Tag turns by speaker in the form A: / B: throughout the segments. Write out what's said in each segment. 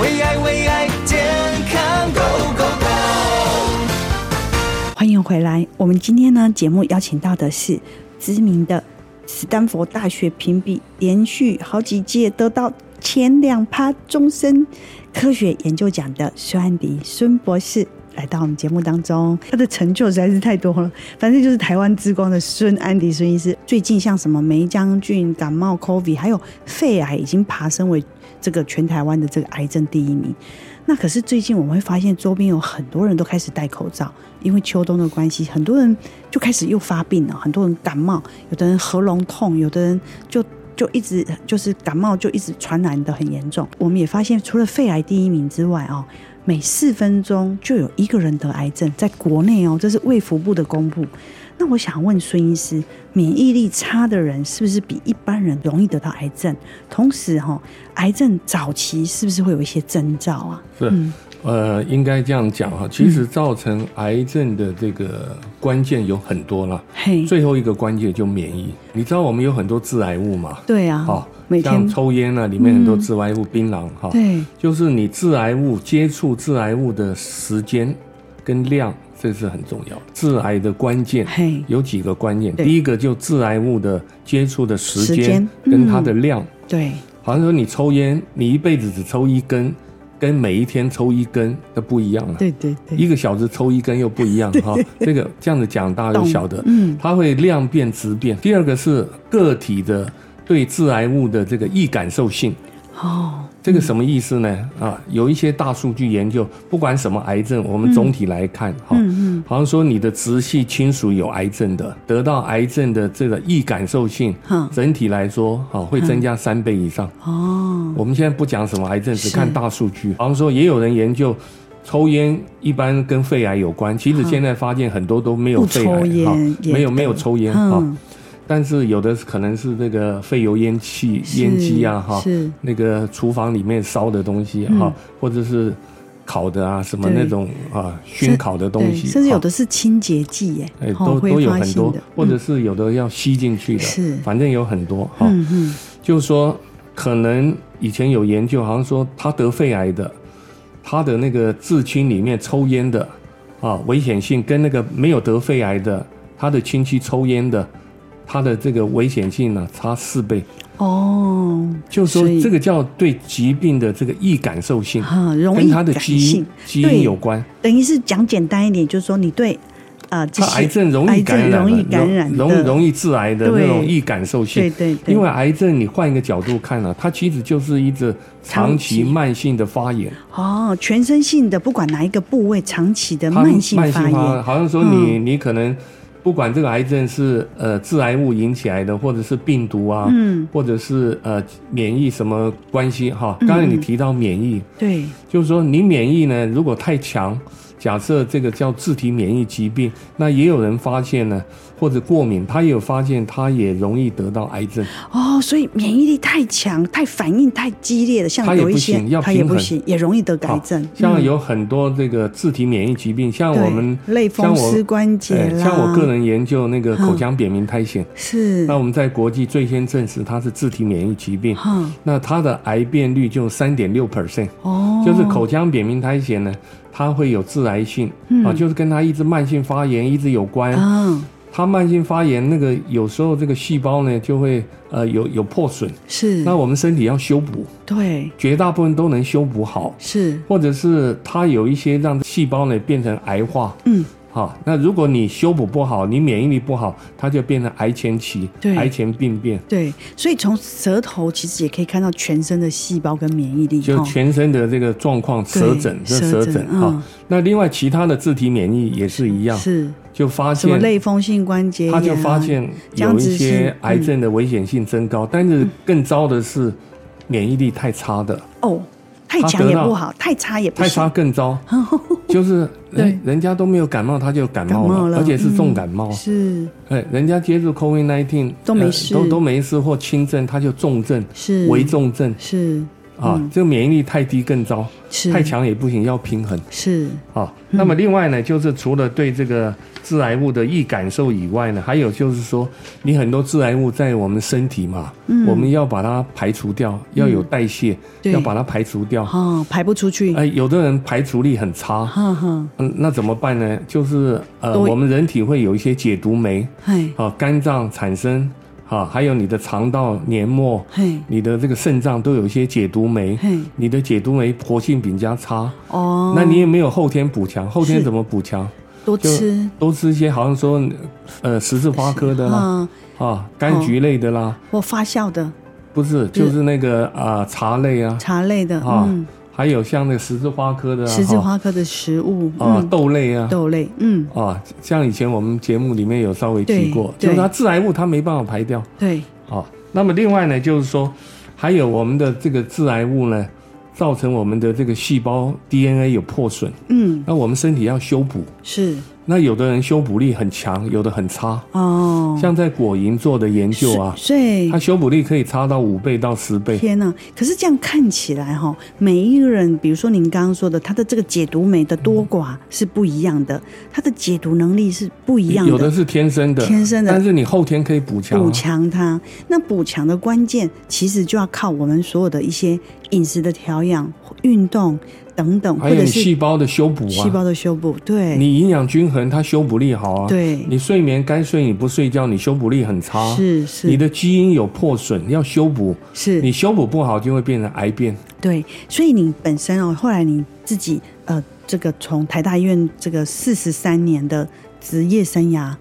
A: 为爱为爱健康 Go Go
B: 欢迎回来。我们今天呢，节目邀请到的是知名的斯坦福大学评比，连续好几届得到前两趴终身科学研究奖的孙安迪孙博士。来到我们节目当中，他的成就实在是太多了。反正就是台湾之光的孙安迪孙医师，最近像什么梅将军、感冒、COVID，还有肺癌，已经爬升为这个全台湾的这个癌症第一名。那可是最近我们会发现，周边有很多人都开始戴口罩，因为秋冬的关系，很多人就开始又发病了，很多人感冒，有的人喉咙痛，有的人就就一直就是感冒就一直传染的很严重。我们也发现，除了肺癌第一名之外哦，每四分钟就有一个人得癌症，在国内哦，这是卫福部的公布。那我想问孙医师，免疫力差的人是不是比一般人容易得到癌症？同时哈、癌症早期是不是会有一些征兆啊？
C: 是，呃，应该这样讲哈。其实造成癌症的这个关键有很多啦，
B: 嘿，
C: 最后一个关键就免疫。你知道我们有很多致癌物嘛？
B: 对啊，
C: 好
B: 每
C: 哦像
B: 天嗯
C: 抽啊烟啊，里面很多致癌物，槟榔哈。
B: 对
C: 就是你致癌物接触致癌物的时间跟量，这是很重要的。致癌的关键
B: 嘿
C: 有几个关键，
B: 对
C: 第一个就致癌物的接触的
B: 时
C: 时
B: 间嗯
C: 间跟它的量。
B: 对，
C: 好像说你抽烟，你一辈子只抽一根，跟每一天抽一根那不一样了。啊
B: 对对对，
C: 一个小时抽一根又不一样哈。这个这样子讲大家就晓得，
B: 嗯，
C: 它会量变质变。第二个是个体的对致癌物的这个易感受性。
B: 哦，
C: 这个什么意思呢？
B: 嗯
C: 啊，有一些大数据研究，不管什么癌症，我们总体来看哈，
B: 嗯嗯，
C: 好像说你的直系亲属有癌症的，得到癌症的这个易感受性
B: 嗯，
C: 整体来说啊会增加三倍以上。
B: 哦，
C: 我们现在不讲什么癌症，只
B: 是
C: 看大数据。好像说也有人研究，抽烟一般跟肺癌有关。其实现在发现很多都没有
B: 不
C: 肺
B: 抽
C: 癌
B: 烟
C: 哈，
B: 也
C: 没有没有抽烟哦哈，
B: 嗯，
C: 但是有的可能是这个肺油烟气
B: 是
C: 烟机啊哈，
B: 是嗯
C: 那个厨房里面烧的东西哈，或者是烤的啊什么
B: 对
C: 那种啊熏烤的东西
B: 对，甚至有
C: 哈
B: 的是清洁剂耶
C: 哎，
B: 哦
C: 都都有很多，或者
B: 挥发性的
C: 是有的要吸进去的，
B: 是
C: 反正有很多哈。
B: 嗯嗯
C: 就是说，可能以前有研究，好像说他得肺癌的，他的那个至亲里面抽烟的啊，危险性跟那个没有得肺癌的，他的亲戚抽烟的，他的这个危险性呢、差四倍。
B: 嗯，哦，
C: 就是
B: 所以
C: 说，这个叫对疾病的这个易感受性，
B: 哈，容易
C: 跟他的
B: 感
C: 基因
B: 性，
C: 基
B: 对
C: 因有关。
B: 等于是讲简单一点，就是说你对啊，这
C: 它
B: 些
C: 癌症容易感染
B: 癌症
C: 了，
B: 容易感染的
C: 容容容易致癌的
B: 对
C: 那种易感受性。
B: 对对对
C: 因为癌症，你换一个角度看了、它其实就是一直长期
B: 长期
C: 慢性的发炎，
B: 哦，全身性的不管哪一个部位，长期的
C: 它
B: 慢性
C: 慢
B: 发
C: 性
B: 炎，嗯
C: 好像说你、你可能不管这个癌症是呃致癌物引起来的，或者是病毒啊，
B: 嗯，
C: 或者是呃免疫什么关系哈。刚
B: 嗯
C: 才你提到免疫，
B: 对，
C: 就是说你免疫呢，如果太强，假设这个叫自体免疫疾病，那也有人发现呢，或者过敏，他也有发现，他也容易得到癌症。
B: 哦，所以免疫力太强、太反应太激烈的，像
C: 它也
B: 有一
C: 不
B: 些
C: 行要
B: 它也
C: 平
B: 不
C: 衡
B: 行，也容易得癌症
C: 好。像
B: 嗯
C: 有很多这个自体免疫疾病，像我们
B: 对类风
C: 像我
B: 湿关节
C: 哎
B: 啦，嗯
C: 像我个人研究那个口腔扁平苔藓，
B: 是
C: 那我们在国际最先证实它是自体免疫疾病，
B: 哈
C: 那它的癌变率就三点六 percent。
B: 哦，
C: 就是口腔扁平苔藓呢，它会有致癌
B: 哦
C: 性、
B: 嗯
C: 啊，就是跟它一直慢性发炎一直有关。
B: 啊
C: 它慢性发炎，那个有时候这个细胞呢就会呃有有破损，
B: 是
C: 那我们身体要修补，
B: 对
C: 绝大部分都能修补好，
B: 是
C: 或者是它有一些让细胞呢变成癌化。
B: 嗯
C: 好，那如果你修补不好，你免疫力不好，它就变成癌前期
B: 对、
C: 癌前病变，
B: 对，所以从舌头其实也可以看到全身的细胞跟免疫力，
C: 就
B: 哦
C: 全身的这个状况，舌诊，这
B: 舌
C: 舌
B: 诊
C: 诊
B: 嗯
C: 哈。那另外其他的自体免疫也是一样，
B: 是
C: 就发
B: 什么
C: 现
B: 类风性关节炎
C: 他
B: 啊，
C: 就发现有
B: 僵
C: 一
B: 直性
C: 些癌症的危险性增高，但是更糟的是免疫力太差的，
B: 哦，太
C: 他
B: 强
C: 啊得
B: 也
C: 到
B: 不好，太差也不
C: 太
B: 行
C: 差更糟，就是哎
B: 对
C: 人人家都没有感冒，他就感冒
B: 感冒了
C: 了，而且是重感冒，
B: 是
C: 哎，人家接触 COVID 哎19
B: 都没事
C: 都都没事或轻症，他就重症、
B: 是
C: 危重症，
B: 是
C: 啊，这个免疫力太低更糟，
B: 是
C: 太强也不行，要平衡
B: 是
C: 啊。
B: 嗯
C: 那么另外呢，就是除了对这个致癌物的易感受以外呢，还有就是说，你很多致癌物在我们身体嘛，我们要把它排除掉，要有代谢，
B: 嗯对
C: 要把它排除掉。
B: 哦，排不出去，
C: 哎，有的人排除力很差，
B: 哈哈，
C: 嗯，那怎么办呢？就是呃，
B: 多
C: 我们人体会有一些解毒酶，
B: 嘿
C: 啊，肝脏产生，啊，还有你的肠道黏膜，
B: 嘿
C: 你的这个肾脏都有一些解毒酶
B: 嘿，
C: 你的解毒酶活性比人家差，
B: 哦，
C: 那你也没有后天补强，后天
B: 是
C: 怎么补强？
B: 多吃
C: 多吃一些好像说，呃，十字花科的啦，
B: 啊，
C: 啊，柑橘类的啦，
B: 或发酵的
C: 不是，
B: 就是
C: 就是那个啊、茶类啊，
B: 茶类的，
C: 啊
B: 嗯，，
C: 还有像那个十字花科的啊，
B: 十字花科的食物，
C: 啊
B: 嗯，，
C: 豆类啊，
B: 豆类，嗯，
C: 啊，像以前我们节目里面有稍微提过，
B: 对
C: 就是它致癌物它没办法排掉
B: 对，
C: 啊。那么另外呢，就是说还有我们的这个致癌物呢，造成我们的这个细胞 DNA 有破损，
B: 嗯，
C: 那我们身体要修补。
B: 是
C: 那有的人修补力很强，有的很差。
B: 哦，
C: 像在果蝇做的研究啊，
B: 所以
C: 它修补力可以差到五倍到十倍。
B: 天呐、可是这样看起来哈，每一个人，比如说您刚刚说的，他的这个解毒酶的多寡是不一样的，他的解毒能力是不一样
C: 有的
B: 的。
C: 是天生的，
B: 天生的
C: 但是你后天可以补强啊、
B: 补强它，那补强的关键其实就要靠我们所有的一些饮食的调养、运动等等，
C: 还
B: 或
C: 有
B: 者
C: 你
B: 是
C: 细胞的修补啊，
B: 细胞的修补。对，
C: 你营养均衡，它修补力好啊。
B: 对
C: 你睡眠该睡你不睡觉，你修补力很差。
B: 是是
C: 你的基因有破损，要修补。
B: 是
C: 你修补不好，就会变成癌变。
B: 对，所以你本身哦，后来你自己呃，这个从台大医院这个四十三年的职业生涯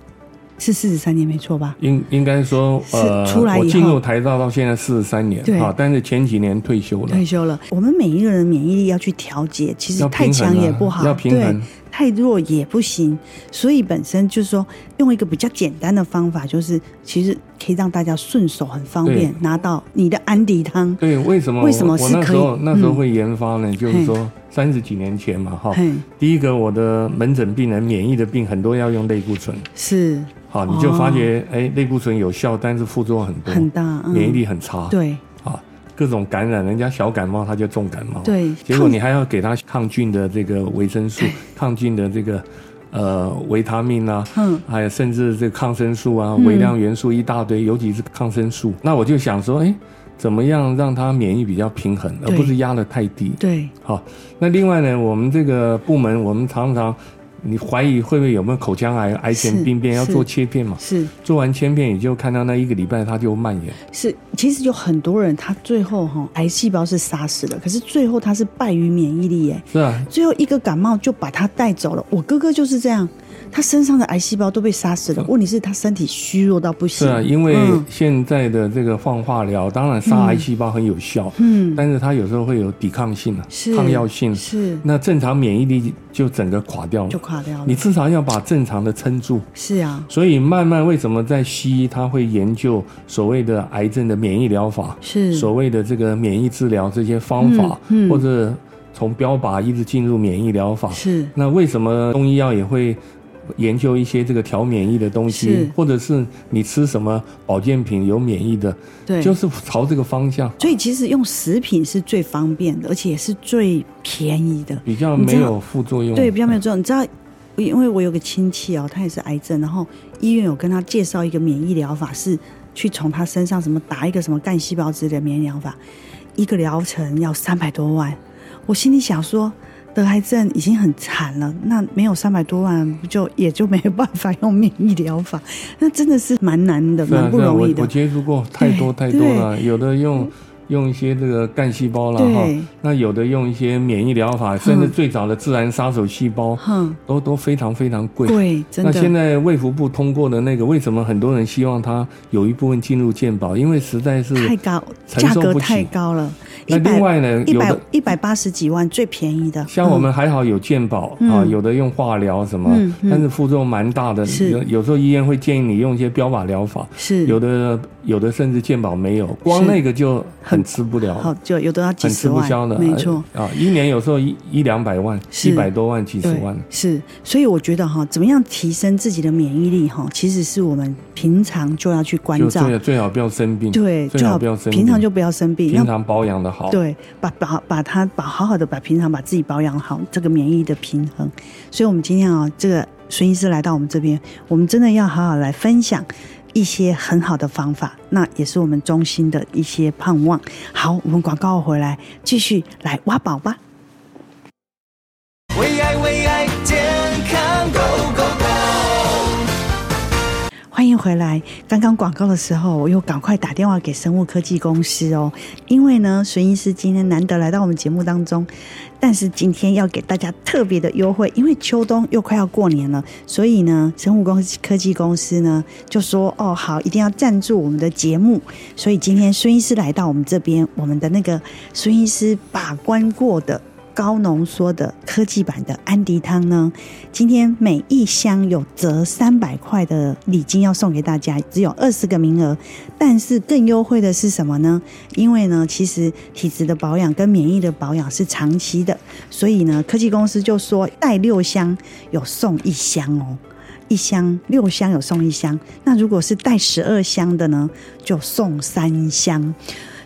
B: 是四十三年没错吧？
C: 应应该说，
B: 是
C: 呃，
B: 出来以后
C: 我进入台大到现在四十三年
B: 对
C: 啊，但是前几年退休了
B: 退。休了，我们每一个人免疫力要去调节，其实
C: 要
B: 太
C: 平衡
B: 强也
C: 啊
B: 不好，
C: 要平衡
B: 对，太弱也不行。所以本身就是说，用一个比较简单的方法，就是其实可以让大家顺手、很方便拿到你的安迪汤。
C: 对，为什么我？
B: 为什么是
C: 我那时候
B: 可以
C: 那时候
B: 嗯
C: 会研发呢？就是
B: 嘿
C: 说三十几年前嘛，哈
B: 嘿。
C: 第一个，我的门诊病人免疫的病很多要用类固醇，
B: 是
C: 好，你就发觉哎，类固醇有效，但是副作用很多，
B: 哦很大，嗯、
C: 免疫力很差。
B: 对
C: 啊，各种感染，人家小感冒他就重感冒，，
B: 对，
C: 结果
B: 抗
C: 你还要给他抗菌的这个维生
B: 哎
C: 素，抗菌的这个呃维他命啊，
B: 嗯，
C: 还有甚至这个抗生素啊、微量元素一大堆，尤其是抗生素。那我就想说，哎，怎么样让他免疫比较平衡，而
B: 对
C: 不是压得太低？
B: 对
C: 好，那另外呢，我们这个部门，我们常常你怀疑会不会有没有口腔癌、癌前
B: 是
C: 病变，要
B: 是
C: 做切片嘛？
B: 是
C: 做完切片，也就看到那一个礼拜它就蔓延。
B: 是，其实有很多人他最后哈、癌细胞是杀死了，可是最后他是败于免疫力耶。
C: 是啊，
B: 最后一个感冒就把他带走了。我哥哥就是这样，他身上的癌细胞都被杀死了。问题是，他身体虚弱到不行。
C: 嗯是啊，因为
B: 嗯
C: 现在的这个放化疗，当然杀癌细胞很有效，
B: 嗯
C: 但是它有时候会有抵抗性啊
B: 是，
C: 抗药性，
B: 是
C: 那正常免疫力就整个垮掉
B: 就
C: 了。
B: 垮掉
C: 你
B: 了。
C: 至少要把正常的撑住，
B: 是啊，
C: 所以慢慢为什么在西医他会研究所谓的癌症的免疫疗法，
B: 是
C: 所谓的这个免疫治疗这些方法，
B: 嗯嗯
C: 或者从标靶一直进入免疫疗法，
B: 是
C: 那为什么中医药也会研究一些这个调免疫的东
B: 是
C: 西，或者是你吃什么保健品有免疫的，
B: 对，
C: 就是朝这个方向，
B: 所以其实用食品是最方便的，而且也是最便宜的。
C: 比较
B: 你知
C: 没
B: 道
C: 有副作用。
B: 对，比较没有作用。你知道，因为我有个亲戚哦，他也是癌症，然后医院有跟他介绍一个免疫疗法，是去从他身上什么打一个什么干细胞之类的免疫疗法，一个疗程要三百多万。我心里想说，得癌症已经很惨了，那没有三百多万，不就也就没有办法用免疫疗法，那真的是蛮难的，
C: 是啊
B: 蛮不
C: 是啊
B: 容易
C: 我
B: 的
C: 我。接触过太多
B: 对
C: 太多了，有的用。用一些这个干细胞啦，
B: 对
C: 哈，那有的用一些免疫疗法，甚至最早的自然杀手细胞，
B: 哼，
C: 都都非常非常贵。
B: 对，真
C: 那现
B: 的
C: 在卫福部通过的那个，为什么很多人希望它有一部分进入健保？因为实在是
B: 太高，
C: 承
B: 价
C: 受
B: 格
C: 不起
B: 太高了。
C: 那另外呢
B: 一
C: 有
B: 百
C: 的
B: 一百八十几万最便宜的，
C: 像我
B: 嗯
C: 们还好有健保、
B: 嗯
C: 啊，有的用化疗什么，
B: 嗯嗯
C: 但是副作用蛮大的。
B: 是
C: 有有时候医院会建议你用一些标靶疗法，
B: 嗯是
C: 有的有的甚至健保没有，光
B: 是
C: 那个就很吃不了，
B: 好，就有的要几
C: 哦很
B: 十
C: 吃不
B: 万
C: 消的，，
B: 没错。
C: 啊，一年有时候一一两百万，
B: 是
C: 一百多万、几十
B: 对
C: 万，
B: 是，所以我觉得哈，怎么样提升自己的免疫力哈，其实是我们平常就要去关
C: 就最
B: 照
C: 好，最好不要生病，
B: 对，
C: 最
B: 最
C: 好
B: 好
C: 不要生病，
B: 平常就不要生病，
C: 平常保养的好，
B: 对，把把把它把好好的把平常把自己保养好，这个免疫的平衡。所以，我们今天啊、这个孙医师来到我们这边，我们真的要好好来分享一些很好的方法，那也是我们衷心的一些盼望。好，我们广告回来继续来挖宝吧。
A: 为爱为爱健康 Go Go Go，
B: 欢迎回来。刚刚广告的时候，我又赶快打电话给生物科技公司哦，因为呢，孙医师今天难得来到我们节目当中，但是今天要给大家特别的优惠，因为秋冬又快要过年了，所以呢，生物公司科技公司呢就说哦好，一定要赞助我们的节目，所以今天孙医师来到我们这边，我们的那个孙医师把关过的。高浓缩的科技版的安迪汤呢，今天每一箱有折三百块的礼金要送给大家，只有二十个名额。但是更优惠的是什么呢？因为呢，其实体质的保养跟免疫的保养是长期的，所以呢，科技公司就说带六箱有送一箱哦。一箱六箱有送一箱，那如果是带十二箱的呢，就送三箱。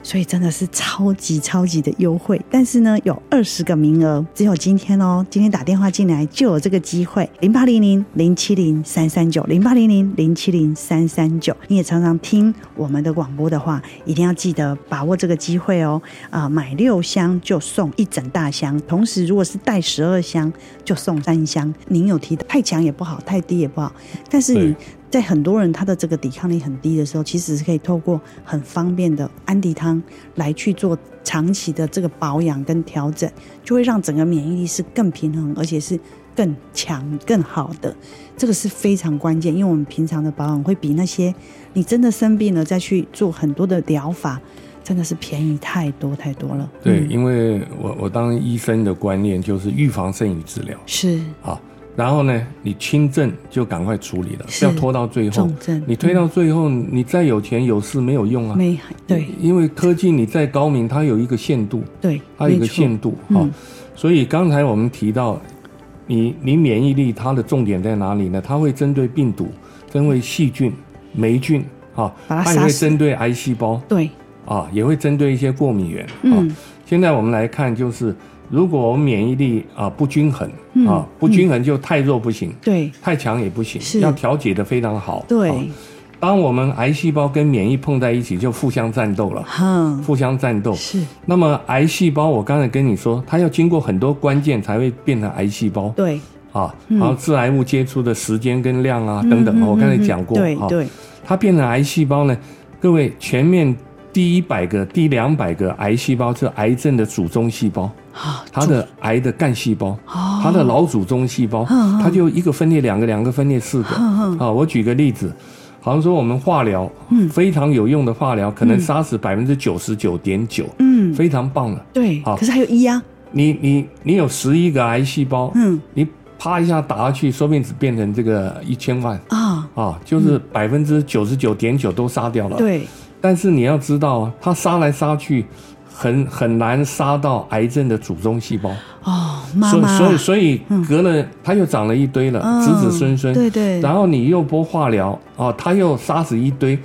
B: 所以真的是超级超级的优惠。但是呢，有二十个名额，只有今天哦。今天打电话进来就有这个机会，零八零零零七零三三九，零八零零零七零三三九。你也常常听我们的广播的话，一定要记得把握这个机会哦。啊、买六箱就送一整大箱，同时如果是带十二箱就送三箱。您有提到太强也不好，太低也不好，但是你
C: 对。
B: 在很多人他的这个抵抗力很低的时候，其实是可以透过很方便的安迪汤来去做长期的这个保养跟调整，就会让整个免疫力是更平衡，而且是更强、更好的。这个是非常关键，因为我们平常的保养会比那些你真的生病了再去做很多的疗法，真的是便宜太多太多了。
C: 对，
B: 嗯
C: 因为我我当医生的观念就是预防胜于治疗
B: 是
C: 啊。然后呢，你轻症就赶快处理了，
B: 是
C: 不要拖到最后
B: 重。症，
C: 你推到最后，你再有钱有势没有用啊。
B: 没对
C: 因为科技你再高明，它有一个限度，
B: 对，
C: 它有一个
B: 没错
C: 限度
B: 嗯
C: 哈、所以刚才我们提到，你你免疫力它的重点在哪里呢？它会针对病毒、针对细菌、霉菌啊，
B: 把它
C: 也
B: 杀
C: 会
B: 死
C: 针对癌细胞
B: 对，
C: 啊，也会针对一些过敏源啊、
B: 嗯
C: 现在我们来看，就是如果我们免疫力啊不均衡
B: 嗯
C: 啊，不均衡就太弱不行，
B: 对
C: 太强也不行，
B: 是
C: 要调节的非常好。啊
B: 对，
C: 当我们癌细胞跟免疫碰在一起，就互相战斗了，
B: 哼，
C: 互相战斗。
B: 啊是
C: 那么癌细胞，我刚才跟你说，它要经过很多关键才会变成癌细胞
B: 对，
C: 啊，然后致癌物接触的时间跟量啊等等，
B: 嗯
C: 我刚才讲过
B: 对
C: 啊，
B: 对，
C: 它变成癌细胞呢，各位前面第一百个、第两百个癌细胞是癌症的祖宗细胞，
B: 好，
C: 它的癌的干细胞，
B: 啊哦
C: 它的老祖宗细胞，
B: 嗯嗯
C: 它就一个分裂两个，两个分裂四个
B: 嗯
C: 啊。我举个例子，好像说我们化疗，非常有用的化疗，可能杀死百分之九十九点九，
B: 嗯，
C: 非常棒了。
B: 对，
C: 好
B: 可是还有一啊，
C: 你你你有十一个癌细胞，
B: 嗯
C: 你啪一下打下去，说不定只变成这个一千万
B: 啊，
C: 啊，就是百分之九十九点九都杀掉了。，
B: 对，
C: 但是你要知道，它杀来杀去，很很难杀到癌症的祖宗细胞。
B: 哦，妈
C: 所以
B: 妈，
C: 所以所以隔了，它又长了一堆了，
B: 嗯
C: 子子孙孙。
B: 对对
C: 然后你又播化疗哦，它又杀死一堆，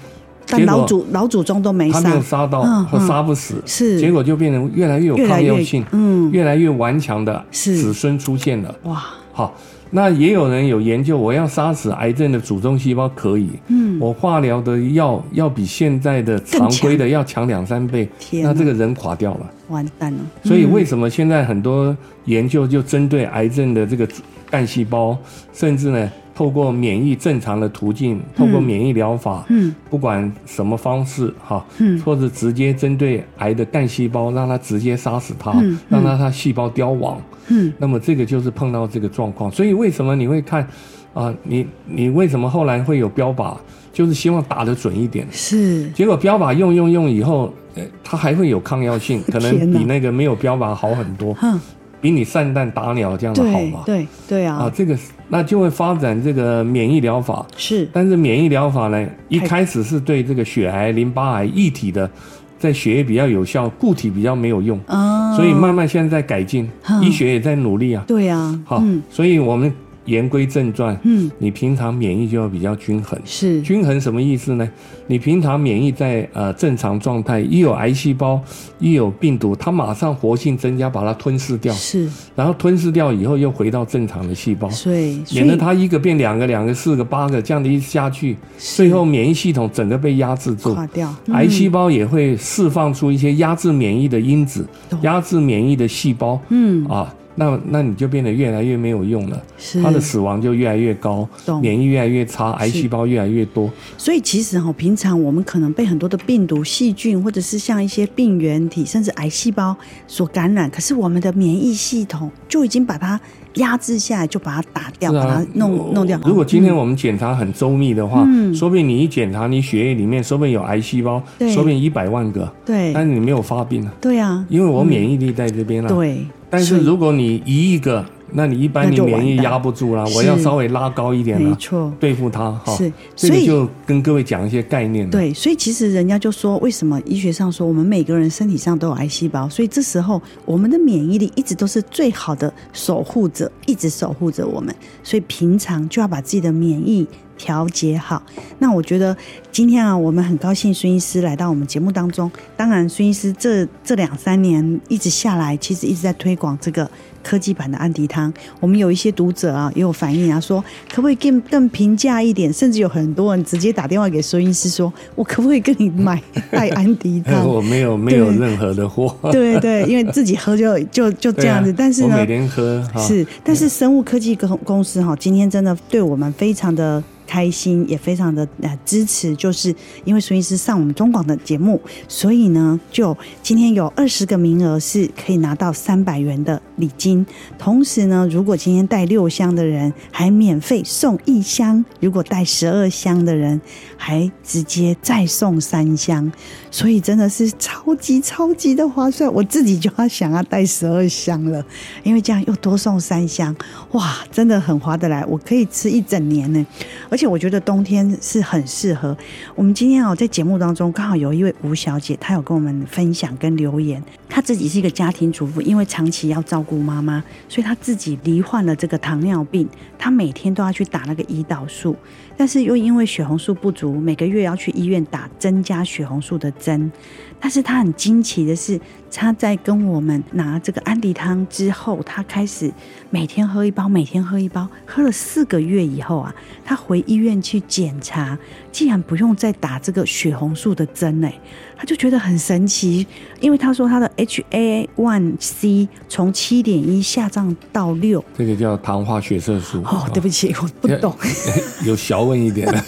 B: 但
C: 结果
B: 老祖老祖宗都没
C: 它
B: 杀
C: 没，有杀到
B: 嗯
C: 或
B: 嗯
C: 杀不死，
B: 是
C: 结果就变成越来越有
B: 越来
C: 抗
B: 越
C: 药性，
B: 嗯
C: 越来越顽强的
B: 是
C: 子孙出现了。
B: 哇，
C: 好，那也有人有研究，我要杀死癌症的祖宗细胞可以，嗯，我化疗的药要比现在的常规的要强两三倍，
B: 嗯天哪
C: 那这个人垮掉了。
B: 完蛋了，
C: 所以为什么现在很多研究就针对癌症的这个干细胞，甚至呢，透过免疫正常的途径，透过免疫疗法，
B: 嗯，
C: 不管什么方式哈，
B: 嗯
C: 或者直接针对癌的干细胞，让它直接杀死它，
B: 嗯
C: 让它它细胞凋亡，
B: 嗯，
C: 那么这个就是碰到这个状况。所以为什么你会看啊、你你为什么后来会有标靶，就是希望打得准一点，
B: 是
C: 结果标靶用用用以后，呃，它还会有抗药性，可 能
B: 天哪
C: 比那个没有标靶好很 多，
B: 哼，
C: 比你散弹打鸟这样的好
B: 对
C: 嘛？
B: 对对
C: 啊，
B: 啊，
C: 这个那就会发展这个免疫疗法。
B: 是
C: 但是免疫疗法呢，一开始是对这个血癌、淋巴癌一体的在血液比较有效，固体比较没有用。
B: 啊，
C: 所以慢慢现在在改进，
B: 嗯
C: 医学也在努力啊。
B: 对啊，
C: 好
B: 嗯，
C: 所以我们言归正传，
B: 嗯，
C: 你平常免疫就要比较均衡。
B: 是
C: 均衡什么意思呢？你平常免疫在呃正常状态，一有癌细胞，一有病毒，它马上活性增加，把它吞噬掉，
B: 是，
C: 然后吞噬掉以后又回到正常的细胞，
B: 所以所
C: 免得
B: 以
C: 它一个变两个，两个四个八个，这样的一下去，最后免疫系统整个被压制住。
B: 垮掉，
C: 癌细胞也会释放出一些压制免疫的因子
B: 懂，
C: 压制免疫的细胞
B: 哦嗯，
C: 啊，那那你就变得越来越没有用了，
B: 是
C: 它的死亡就越来越高，
B: 懂。
C: 免疫越来越差，癌
B: 是
C: 细胞越来越多。
B: 所以其实哈、平常我们可能被很多的病毒、细菌，或者是像一些病原体，甚至癌细胞所感染，可是我们的免疫系统就已经把它压制下来，就把它打掉，
C: 是
B: 把它弄
C: 我
B: 弄掉。
C: 如果今天
B: 嗯
C: 我们检查很周密的话，
B: 嗯
C: 说不定你一检查，你血液里面说不定有癌细胞，
B: 对
C: 说不定一百万个，
B: 对
C: 但是你没有发病啊，
B: 对啊，
C: 因为我免疫力在这边啊。。
B: 对，
C: 但
B: 所
C: 是
B: 以
C: 如果你一亿个，那你一般
B: 那
C: 你
B: 就
C: 免疫
B: 完蛋
C: 压不住啦，
B: 是
C: 我要稍微拉高一点
B: 没
C: 啦，
B: 错，
C: 对付它哈。
B: 是
C: 这个
B: 所以
C: 就跟各位讲一些概念了。
B: 对，所以其实人家就说，为什么医学上说我们每个人身体上都有癌细胞？所以这时候我们的免疫力一直都是最好的守护者，一直守护着我们。所以平常就要把自己的免疫调节好。那我觉得今天啊，我们很高兴孙医师来到我们节目当中。当然，孙医师这这两三年一直下来，其实一直在推广这个科技版的安迪汤。我们有一些读者啊，也有反映啊，说可不可以更更平价一点？甚至有很多人直接打电话给孙医师说，我可不可以跟你 买带安迪汤？
C: 我没有没有
B: 对
C: 任何的货。
B: 对对，因为自己喝就就就 这
C: 对啊
B: 样子，但是
C: 我
B: 呢，
C: 每天喝哈。
B: 是，但是生物科技公公司哈，今天真的对我们非常的开心，也非常的呃支持，就是因为孙医师上我们中广的节目，所以呢，就今天有二十个名额是可以拿到三百元的礼金，同时呢，如果今天带六箱的人还免费送一箱，如果带十二箱的人还直接再送三箱，所以真的是超级超级的划算，我自己就要想要带十二箱了，因为这样又多送三箱，哇，真的很划得来，我可以吃一整年呢。而且我觉得冬天是很适合。我们今天哦，在节目当中刚好有一位吴小姐，她有跟我们分享跟留言，她自己是一个家庭主妇，因为长期要照顾妈妈，所以她自己罹患了这个糖尿病，她每天都要去打那个胰岛素，但是又因为血红素不足，每个月要去医院打增加血红素的针。但是她很惊奇的是，她在跟我们拿这个安迪汤之后，她开始每天喝一包，每天喝一包，喝了四个月以后啊，她回医院去检查，竟然不用再打这个血红素的针嘞、她就觉得很神奇，因为她说她的 HA1C 从七点一下降到六。
C: 这个叫糖化血色素。
B: 哦，对不起，我不懂，
C: 起， 有小问一 点的。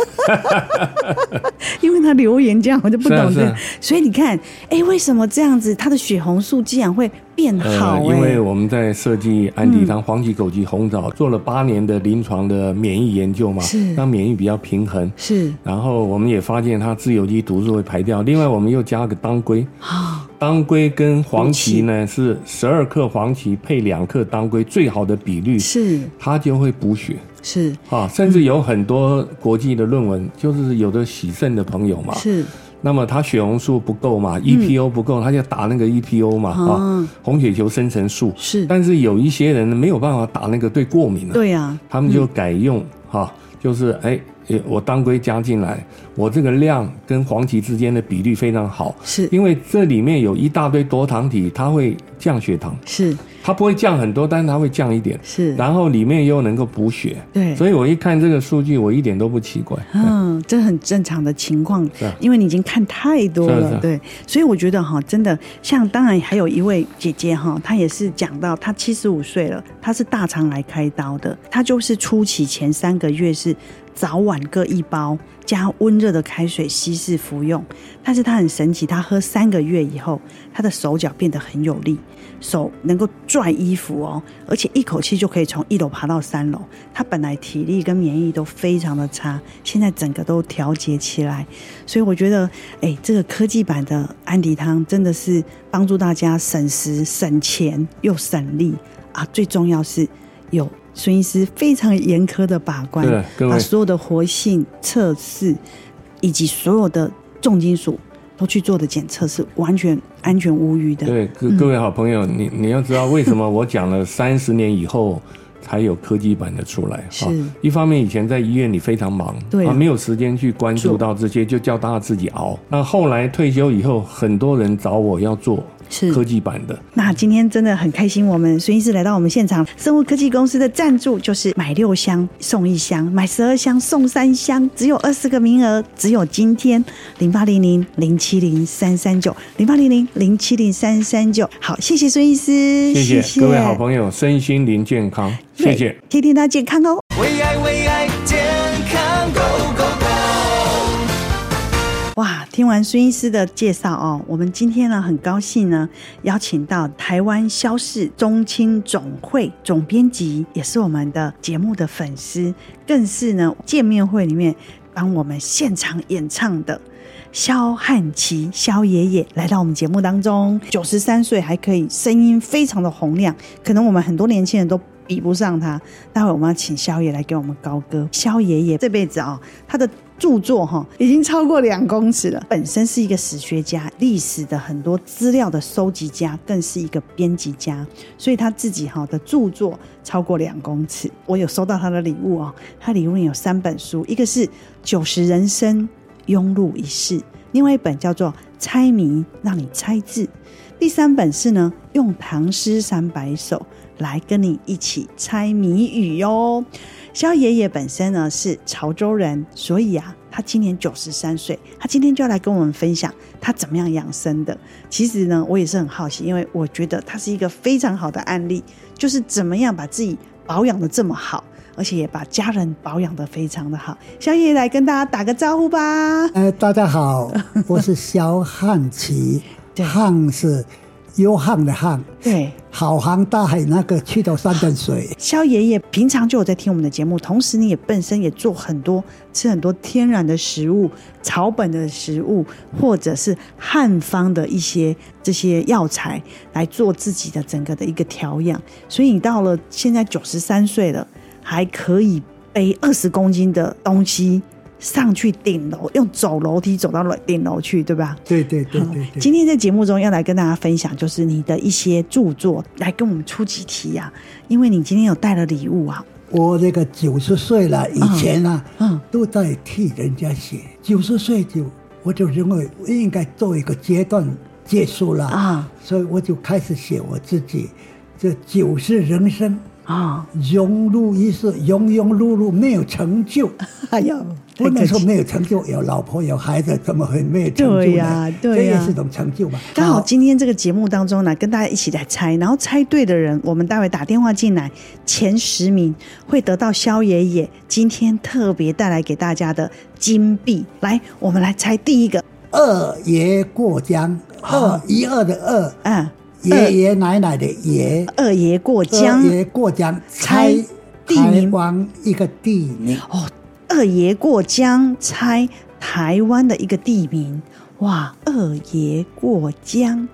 B: 因为他留言这样，我就不
C: 是啊
B: 懂
C: 是
B: 的。
C: 啊
B: 所以你看，哎、为什么这样子，它的血红素竟然会变好、哎，
C: 呃
B: 嗯
C: 因为我们在设计安迪当黄芪、枸杞、红枣，做了八年的临床的免疫研究嘛，
B: 是
C: 让免疫比较平衡。
B: 是
C: 然后我们也发现它自由基毒素会排掉，另外我们又加个当归，
B: 啊、
C: 当归跟黄芪呢是十二克黄芪配两克当归最好的比率，
B: 是
C: 它就会补血
B: 是
C: 啊，甚至有很多国际的论文，就是有的洗肾的朋友嘛，
B: 是嗯
C: 那么它血红素不够嘛，EPO 不够，他就打那个 EPO 嘛
B: 啊
C: 啊，红血球生成素。
B: 是，
C: 但是有一些人没有办法打那个，对过敏了，
B: 对啊呀、
C: 他们就改用哈、就是哎，诶我当归加进来，我这个量跟黄芪之间的比率非常好，
B: 是
C: 因为这里面有一大堆多糖体，它会降血糖，
B: 是
C: 它不会降很多，但是它会降一点，
B: 是，
C: 然后里面又能够补血，
B: 对。
C: 所以我一看这个数据，我一点都不奇怪。
B: 嗯，这很正常的情况
C: 是啊，
B: 因为你已经看太多
C: 是啊是
B: 了，
C: 啊
B: 对，所以我觉得哈，真的像当然还有一位姐姐哈，她也是讲到她七十五岁了，她是大肠来开刀的，她就是初期前三个月是早晚各一包，加温热的开水稀释服用，但是她很神奇，她喝三个月以后，她的手脚变得很有力，手能够拽衣服哦，而且一口气就可以从一楼爬到三楼。他本来体力跟免疫都非常的差，现在整个都调节起来，所以我觉得，哎，这个科技版的安迪汤真的是帮助大家省时、省钱又省力啊！最重要是有孙医师非常严苛的把关
C: 对了，各位
B: 把所有的活性测试以及所有的重金属都去做的检测是完全安全无虞的。
C: 对，各各位好朋友，你你要知道为什么我讲了三十年以后才有科技版的出来。
B: 是
C: 一方面以前在医院里非常忙，
B: 对啊
C: 没有时间去关注
B: 做
C: 到这些，就叫大家自己熬。那后来退休以后，很多人找我要做
B: 是
C: 科技版的，
B: 那今天真的很开心，我们孙医师来到我们现场。生物科技公司的赞助就是买六箱送一箱，买十二箱送三箱，只有二十个名额，只有今天零八零零零七零三三九零八零零零七零三三九。好，谢谢孙医师，
C: 谢
B: 谢
C: 各位好朋友，身心灵健康，谢谢
B: 对。，天天大家健康哦。
A: 为爱为爱健康 Go Go Go！
B: 哇，听完孙医师的介绍哦，我们今天呢很高兴呢，邀请到台湾萧氏中青总会总编辑，也是我们的节目的粉丝，更是呢见面会里面帮我们现场演唱的。萧汉奇，萧爷爷来到我们节目当中，九十三岁还可以，声音非常的洪亮，可能我们很多年轻人都比不上他。待会我们要请萧爷来给我们高歌。萧爷爷这辈子啊、他的著作哈、已经超过两公尺了，本身是一个史学家，历史的很多资料的收集家，更是一个编辑家，所以他自己哈、的著作超过两公尺。我有收到他的礼物哦，他礼物里有三本书，一个是《九十人生》。庸碌一世，另外一本叫做《猜谜》，让你猜字。第三本是呢，用唐诗三百首来跟你一起猜谜语哟。萧爷爷本身呢是潮州人，所以啊，他今年九十三岁，他今天就要来跟我们分享他怎么样养生的。其实呢，我也是很好奇，因为我觉得他是一个非常好的案例，就是怎么样把自己保养的这么好。而且也把家人保养的非常的好。萧爷爷来跟大家打个招呼吧。
D: 哎，大家好，我是萧汉 奇
B: 对，
D: 汉是悠汉的汉，
B: 对，
D: 好航大海那个去掉三点水，
B: 萧爷爷平常就有在听我们的节目，同时你也本身也做很多吃很多天然的食物、草本的食物，或者是汉方的一些这些药材来做自己的整个的一个调养。所以你到了现在九十三岁了，还可以背二十公斤的东西上去顶楼，用走楼梯走到楼顶楼去，对吧？
D: 对对对
B: 好
D: 对，对，
B: 今天在节目中要来跟大家分享，就是你的一些著作，来跟我们出几题呀、因为你今天有带了礼物啊，
D: 我这个九十岁了，以前呢、啊，
B: 嗯
D: 都在替人家写，九十岁就我就认为应该做一个阶段结束了
B: 啊，
D: 所以我就开始写我自己这九十人生。
B: 啊、
D: 庸碌一世，庸庸碌碌，没有成就。
B: 哎呀，
D: 不能说没有成就，有老婆有孩子，怎么会没有成就呢？
B: 对呀对呀
D: 这也是一种成就吧。
B: 刚好
D: 好
B: 今天这个节目当中呢，跟大家一起来猜，然后猜对的人，我们待会打电话进来，前十名会得到萧爷爷今天特别带来给大家的金币。来，我们来猜第一个，
D: 二爷过江，
B: 哦
D: 二一二的二，
B: 嗯，
D: 爷爷奶奶的爷，
B: 二爷过江
D: 二，爷过江，
B: 猜
D: 猜
B: 地名
D: 台湾一个地名，
B: 哦，二爷过江猜台湾的一个地名，哇，二爷过江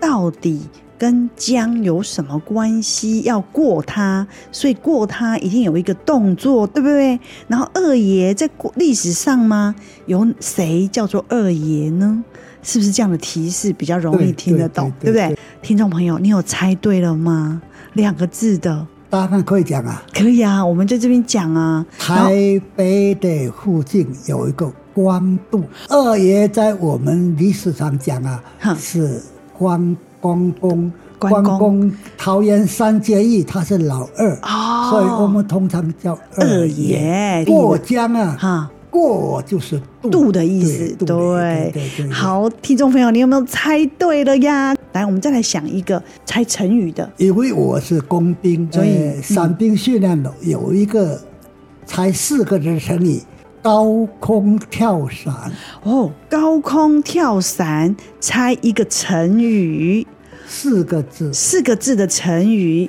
B: 到底跟江有什么关系？要过它，所以过它一定有一个动作，对不对？然后二爷在过历史上吗？有谁叫做二爷呢？是不是这样的提示比较容易
D: 对
B: 听得懂，
D: 对对
B: 不对？听众朋友，你有猜对了吗？两个字的，
D: 当然可以讲啊。
B: 可以啊，我们在这边讲啊。然后
D: 台北的附近有一个光渡，二爷在我们历史上讲啊
B: 哼，
D: 是关公公。
B: 关公
D: 关公桃园三结义，他是老二，
B: 哦
D: 所以我们通常叫
B: 二
D: 二
B: 爷
D: 爷。过江啊，
B: 哈。
D: 过就是渡
B: 度的意思，
D: 对，渡的意思对对对。
B: 好，听众朋友，你有没有猜对了呀？来，我们再来想一个猜成语的，
D: 因为我是工兵，
B: 所
D: 所
B: 以嗯
D: 以伞兵训练楼有一个才四个字成语：高空跳伞。
B: 哦，高空跳伞，猜一个成语，
D: 四个字，
B: 四个字的成语，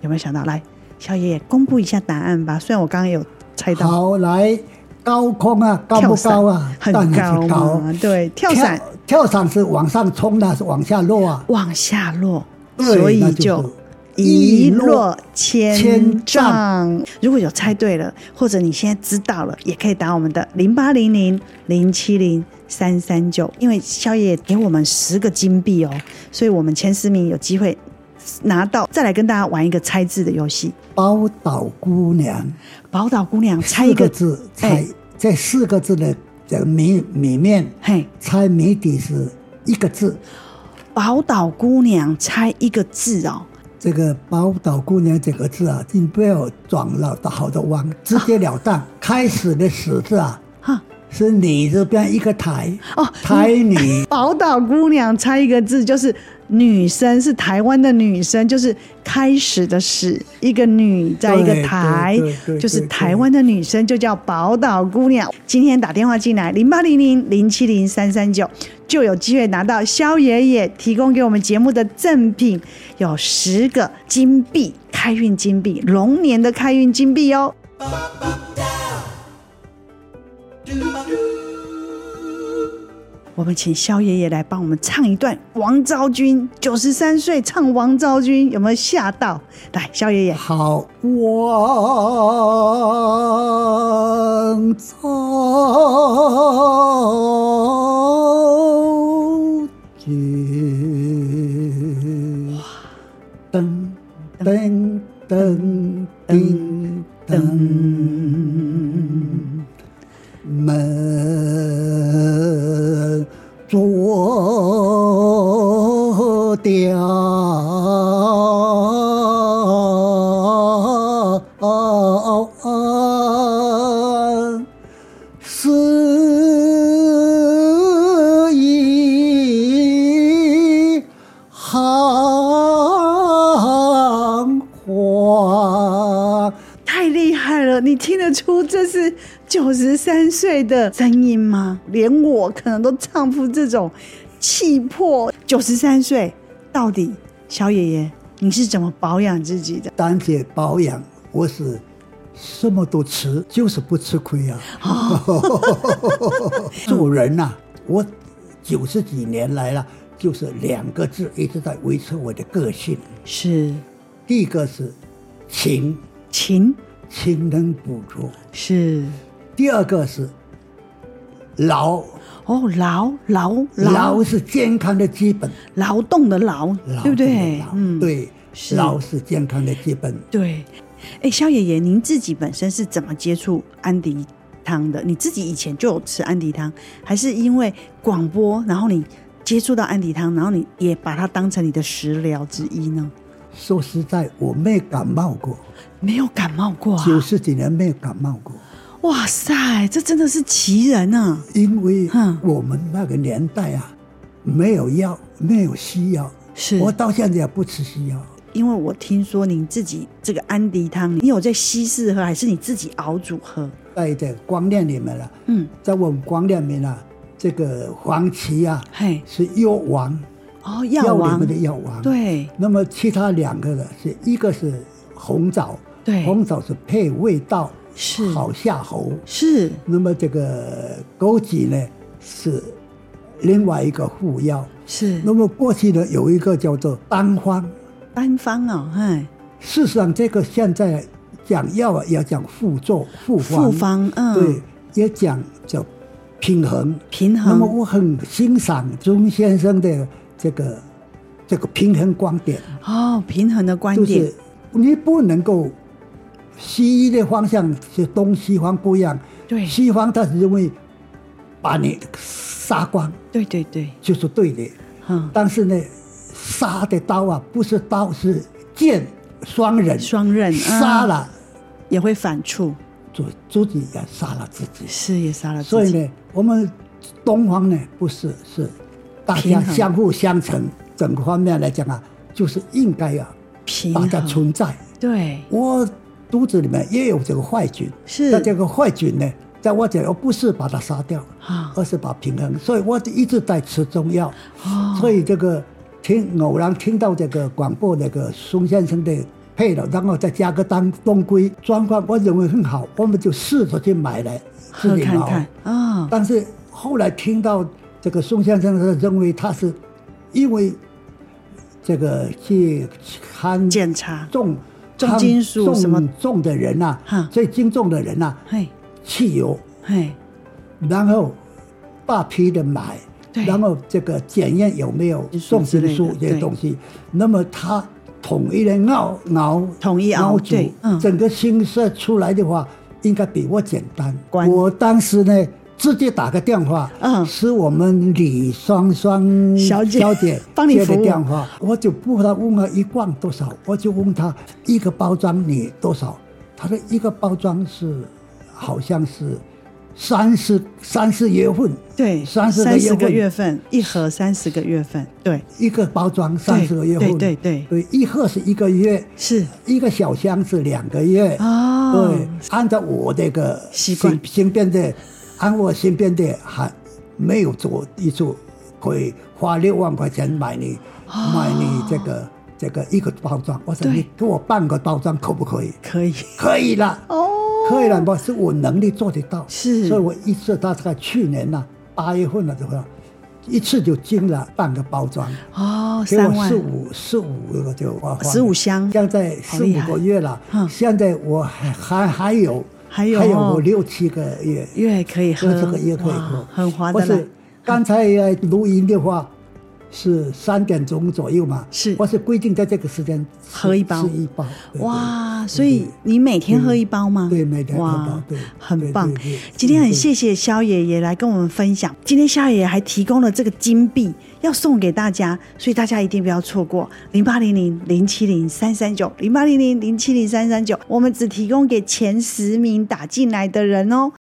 B: 有没有想到？来，小爷爷公布一下答案吧。虽然我刚刚有猜到，
D: 好来，高空啊，高
B: 跳
D: 不
B: 伞
D: 高啊？
B: 很
D: 当然
B: 高
D: 是高啊
B: 嘛，。对，跳伞，
D: 跳伞是往上冲的，是往下落啊？
B: 往下落，
D: 对
B: 所以
D: 那
B: 就是一
D: 一
B: 落
D: 落
B: 千
D: 千
B: 丈。如果有猜对了，或者你现在知道了，也可以打我们的零八零零零七零三三九，因为宵夜给我们十个金币哦，所以我们前十名有机会拿到。再来跟大家玩一个猜字的游戏，
D: 宝岛姑娘
B: 宝岛姑娘猜一
D: 四
B: 个
D: 个字，
B: 哎
D: 猜这四个字的的谜里面
B: 嘿，
D: 猜谜底是一个字。
B: 宝岛姑娘猜一个字哦，
D: 这个“宝岛姑娘”这个字啊，你不要转了好多弯，直截了当。开始的“始”字啊，
B: 啊哈，
D: 是女字边一个台，
B: 哦
D: 台女
B: 宝岛姑娘猜一个字就是女生，是台湾的女生，就是开始的始，一个女在一个
D: 对
B: 台
D: 对对对，对
B: 就是台湾的女生就叫宝岛姑娘。今天打电话进来零八零零零七零三三九就有机会拿到肖爷爷提供给我们节目的赠品，有十个金币，开运金币，龙年的开运金币哦。我们请肖爷爷来帮我们唱一段王昭君，九十三岁唱王昭君，有没有吓到？来，肖爷爷，
D: 好王昭君。噔噔噔叮噔，门着雕鞍，是一行花。
B: 太厉害了！你听得出这是九十三岁的声音吗？连我可能都唱不出这种气魄。九十三岁，到底肖爷爷你是怎么保养自己的？
D: 单节保养，我是什么都吃，就是不吃亏啊。 做哦人呐、我九十几年来了，就是两个字一直在维持我的个性。
B: 是
D: 第一个是勤，
B: 勤，
D: 勤能补拙；
B: 是
D: 第二个是劳，
B: 哦，劳劳
D: 劳是健康的基本，
B: 劳动的劳，
D: 劳
B: 对不对
D: 劳？
B: 嗯，
D: 对，
B: 是
D: 劳是健康的基本。
B: 对，哎，肖爷爷，您自己本身是怎么接触安迪汤的？你自己以前就有吃安迪汤，还是因为广播，然后你接触到安迪汤，然后你也把它当成你的食疗之一呢？
D: 说实在，我没感冒过，
B: 没有感冒过啊！
D: 九十几年没有感冒过。
B: 哇塞，这真的是奇人啊！
D: 因为
B: 哼
D: 我们那个年代啊，没有药，没有西药，
B: 是
D: 我到现在也不吃西药，
B: 因为我听说您自己这个安迪汤，你有在稀释喝，还是你自己熬煮喝？
D: 在这光亮里面了、啊
B: 嗯，
D: 在我们光亮里面啊，这个黄芪啊
B: 嘿，
D: 是药王，
B: 哦，药
D: 里
B: 王
D: 面的，药王。，
B: 对
D: 那么其他两个呢，是一个是红枣，
B: 对
D: 红枣是配味道，
B: 是
D: 好下喉。
B: 是
D: 那么这个枸杞呢是另外一个副药。
B: 是
D: 那么过去呢有一个叫做单方。
B: 单方哦，嘿，
D: 事实上，这个现在讲药啊，也讲副作、复方，
B: 复方嗯
D: 对，也讲叫平衡。
B: 平衡。
D: 那么我很欣赏钟先生的这个这个平衡观点，
B: 哦，平衡的观
D: 就
B: 点、
D: 是你不能够西医的方向是东西方不一样，
B: 对
D: 西方它是因为把你杀光
B: 对对对，
D: 就是对的，
B: 嗯，
D: 但是呢，杀的刀啊不是刀是剑，双刃，
B: 双刃嗯
D: 杀了。
B: 也会反触，
D: 就自己也杀了自己。
B: 是也杀了
D: 所
B: 自
D: 以
B: 己，
D: 呢，我们东方呢不是是大家
B: 平衡
D: 相互相成，整个方面来讲啊，就是应该啊
B: 平
D: 把它
B: 衡
D: 存在。
B: 对
D: 我肚子里面也有这个坏菌，
B: 是
D: 那这个坏菌呢，在我这里我不是把它杀掉，
B: 啊
D: 而是把平衡。所以我一直在吃中药，
B: 哦
D: 所以这个听偶然听到这个广播那个孙先生的配了，然后再加个当当归状况，我认为很好，我们就试着去买来
B: 喝
D: 自己
B: 看
D: 熬。
B: 看啊、
D: 但是后来听到这个宋先生的认为他是因为这个去看
B: 检查
D: 重
B: 重金属
D: 看
B: 什么
D: 重重的人啊呐、
B: 哈
D: 啊最精重的人呐、
B: 嘿
D: 汽油，
B: 嘿
D: 然后大批的买
B: 对，
D: 然后这个检验有没有重
B: 之类
D: 金
B: 的
D: 属这些
B: 对
D: 东西，那么它统一的熬熬
B: 统一熬
D: 熬煮
B: 对嗯，
D: 整个新色出来的话，应该比我简单
B: 关。
D: 我当时呢。自己打个电话，
B: 嗯
D: 是我们李双双
B: 小姐
D: 嗯小姐
B: 帮你
D: 接的
B: 服务
D: 电话，我就不他问了一罐多少，我就问他一个包装你多少，他说一个包装是好像是三十三十月份，
B: 对，
D: 三十个
B: 30
D: 月
B: 个
D: 份
B: 月份，一盒三十个月份，对，
D: 一个包装三十个月
B: 对
D: 份，
B: 对对
D: 对，一盒是一个月，
B: 是
D: 一个小箱子两个月，
B: 哦
D: 对，按照我这个
B: 习惯
D: 身身边的，按我身边的还没有做一做，可以花六万块钱买你、
B: 哦
D: 买你这个这个一个包装，我说
B: 对
D: 你给我半个包装可不可以？
B: 可以
D: 可以了，
B: 哦，
D: 可以了，我是我能力做得到，
B: 是
D: 所以我一次大概去年呢、八月份的时候，一次就进了半个包装。
B: 哦，
D: 给我
B: 三万
D: 四五四五个就花花了
B: 15箱
D: 现在四五个月了
B: 好厉害嗯，
D: 现在我还还还有
B: 还有哦
D: 我六七个月，
B: 月可以喝，
D: 这个也可以
B: 哇
D: 喝，
B: 很划
D: 我
B: 得来嗯
D: 是。刚才呃录音的话是三点钟左右嘛，
B: 是
D: 我是规定在这个时间
B: 喝一包
D: 吃一包，对，
B: 哇，所以你每天喝一包吗？
D: 对每天喝
B: 哇
D: 一包对
B: 很棒
D: 对对对。
B: 今天很
D: 对
B: 谢谢肖爷爷来跟我们分享，今天肖爷爷还提供了这个金币要送给大家，所以大家一定不要错过零八零零零七零三三九零八零零零七零三三九，我们只提供给前十名打进来的人哦。